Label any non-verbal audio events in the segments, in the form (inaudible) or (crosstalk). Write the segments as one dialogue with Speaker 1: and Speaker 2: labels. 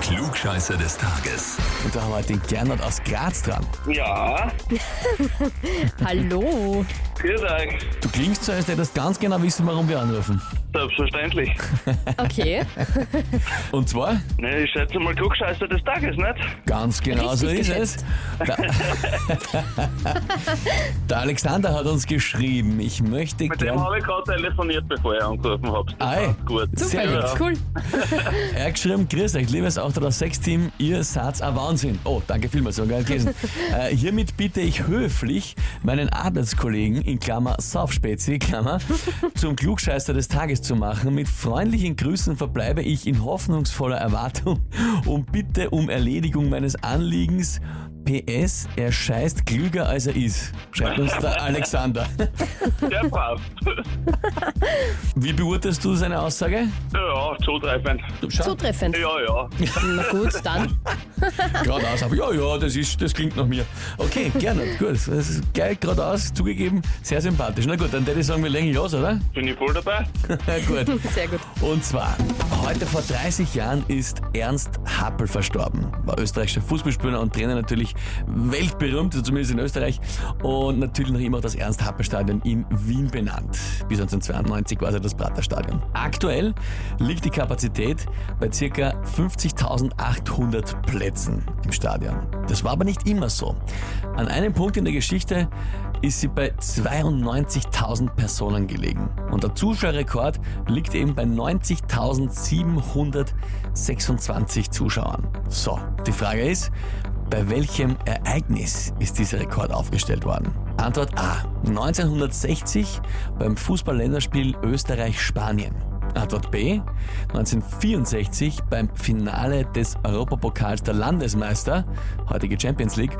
Speaker 1: Klugscheißer des Tages.
Speaker 2: Und da haben wir den Gernot aus Graz dran.
Speaker 3: Ja,
Speaker 4: Hallo.
Speaker 3: vielen Dank.
Speaker 2: Du klingst so, als hättest du ganz genau wissen, warum wir anrufen.
Speaker 3: Selbstverständlich.
Speaker 4: Okay.
Speaker 2: Und zwar,
Speaker 3: Ne, ich schätze mal Klugscheißer des Tages, nicht?
Speaker 2: ganz genau so
Speaker 4: Richtig
Speaker 2: ist es. Der, (laughs) der Alexander hat uns geschrieben, ich möchte
Speaker 3: Mit dem
Speaker 2: gern...
Speaker 3: habe ich gerade telefoniert, bevor ich angerufen habe.
Speaker 2: Ei.
Speaker 3: passt Gut.
Speaker 2: Sehr
Speaker 4: Zufällig.
Speaker 3: gut.
Speaker 4: Cool.
Speaker 2: Er hat geschrieben, grüß euch, liebes 886-Team, ihr seid ein Wahnsinn. Oh, danke vielmals, so geil gelesen. äh, hiermit bitte ich höflich meinen Arbeitskollegen, in Klammer Saufspezi, Klammer, zum Klugscheißer des Tages zu machen. Mit freundlichen Grüßen verbleibe ich in hoffnungsvoller Erwartung und bitte um Erledigung meines Anliegens. PS, er scheißt klüger als er ist, schreibt uns der Alexander.
Speaker 3: Sehr brav.
Speaker 2: Wie beurteilst du seine Aussage?
Speaker 3: (laughs) Ja, zutreffend.
Speaker 2: Schau,
Speaker 4: Zutreffend.
Speaker 3: Ja, ja.
Speaker 4: Na gut, dann.
Speaker 2: geradeaus. Aber ja, ja, das, ist, das klingt nach mir. Okay, gerne, gut. Das ist gleich geradeaus, zugegeben, sehr sympathisch. Na gut, dann würde ich sagen, wir legen los, oder?
Speaker 3: Bin ich voll dabei?
Speaker 2: Na gut.
Speaker 4: Sehr gut.
Speaker 2: Und zwar, heute vor 30 Jahren ist Ernst Happel verstorben. War österreichischer Fußballspieler und Trainer natürlich weltberühmt, also zumindest in Österreich. Und natürlich nach ihm auch das Ernst-Happel-Stadion in Wien benannt. Bis 1992 war es ja das Praterstadion. Aktuell liegt die Kapazität bei ca. 50.800 Plätzen im Stadion. Das war aber nicht immer so. An einem Punkt in der Geschichte ist sie bei 92.000 Personen gelegen. Und der Zuschauerrekord liegt eben bei 90.726 Zuschauern. So, die Frage ist, bei welchem Ereignis ist dieser Rekord aufgestellt worden? Antwort A. 1960 beim Fußball-Länderspiel Österreich-Spanien. Antwort B. 1964 beim Finale des Europapokals der Landesmeister, heutige Champions League,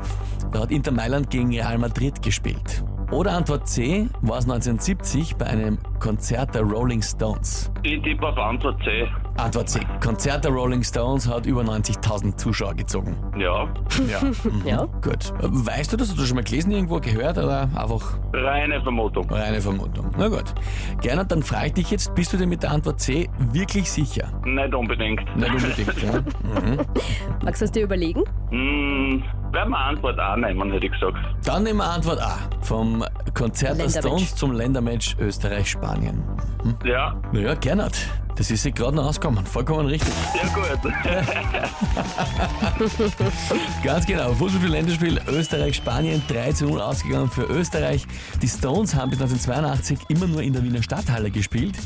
Speaker 2: da hat Inter Mailand gegen Real Madrid gespielt. Oder Antwort C war es 1970 bei einem Konzert der Rolling Stones.
Speaker 3: Ich tippe auf Antwort C.
Speaker 2: Antwort C. Konzert der Rolling Stones hat über 90.000 Zuschauer gezogen.
Speaker 3: Ja.
Speaker 2: Ja. Mhm.
Speaker 4: Ja.
Speaker 2: Gut. Weißt du das? Hast du das schon mal gelesen irgendwo, gehört oder einfach
Speaker 3: Reine Vermutung.
Speaker 2: reine Vermutung? Na gut. Gernot, dann frage ich dich jetzt, bist du dir mit der Antwort C wirklich sicher?
Speaker 3: Nicht unbedingt.
Speaker 2: Nicht unbedingt, ja.
Speaker 4: Magst du es dir überlegen?
Speaker 3: Hm, werden wir Antwort A nehmen, hätte ich gesagt.
Speaker 2: Dann nehmen wir Antwort A. Vom Konzert der
Speaker 4: Ländermatch.
Speaker 2: Stones zum Ländermatch Österreich-Spanien.
Speaker 3: Ja,
Speaker 2: Ja, Gernot, das ist ja gerade noch ausgekommen. Vollkommen richtig.
Speaker 3: sehr gut. (laughs)
Speaker 2: Ganz genau. Fußball für Länderspiel Österreich-Spanien 3 zu 0 ausgegangen für Österreich. Die Stones haben bis 1982 immer nur in der Wiener Stadthalle gespielt.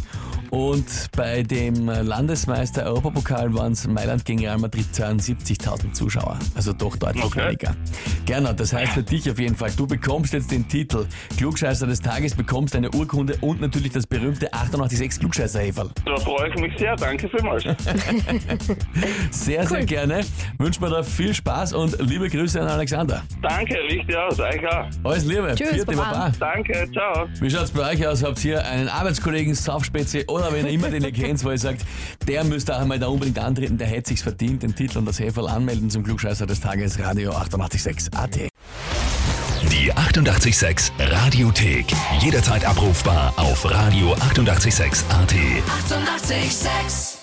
Speaker 2: Und bei dem Landesmeister Europapokal waren es Mailand gegen Real Madrid 72.000 Zuschauer. Also doch deutlich
Speaker 3: Okay.
Speaker 2: weniger. Gernot, das heißt für dich auf jeden Fall, du bekommst jetzt den Titel Klugscheißer des Tages, bekommst eine Urkunde und natürlich das berühmte 886 klugscheißer -Häferl.
Speaker 3: Da freue ich mich sehr. Danke vielmals.
Speaker 2: Sehr, sehr
Speaker 4: Cool.
Speaker 2: gerne. Wünsche mir da viel Spaß und liebe Grüße an Alexander.
Speaker 3: Danke, richtig aus. Euch auch.
Speaker 2: Alles Liebe.
Speaker 4: Tschüss,
Speaker 2: Vierte
Speaker 4: Baba.
Speaker 2: Baba.
Speaker 3: Danke, ciao.
Speaker 2: Wie schaut's bei euch aus? Habt ihr einen Arbeitskollegen, Saufspezi oder wenn ihr immer
Speaker 4: (laughs)
Speaker 2: den ihr kennt, wo ihr sagt, der müsste auch einmal da unbedingt antreten, der hätte sich's verdient, den Titel und das Heferl anmelden zum Klugscheißer des Tages, Radio 886 AT.
Speaker 1: Die 88,6 Radiothek. Jederzeit abrufbar auf radio886.at. 88,6.
Speaker 5: Eighty-eight, sex.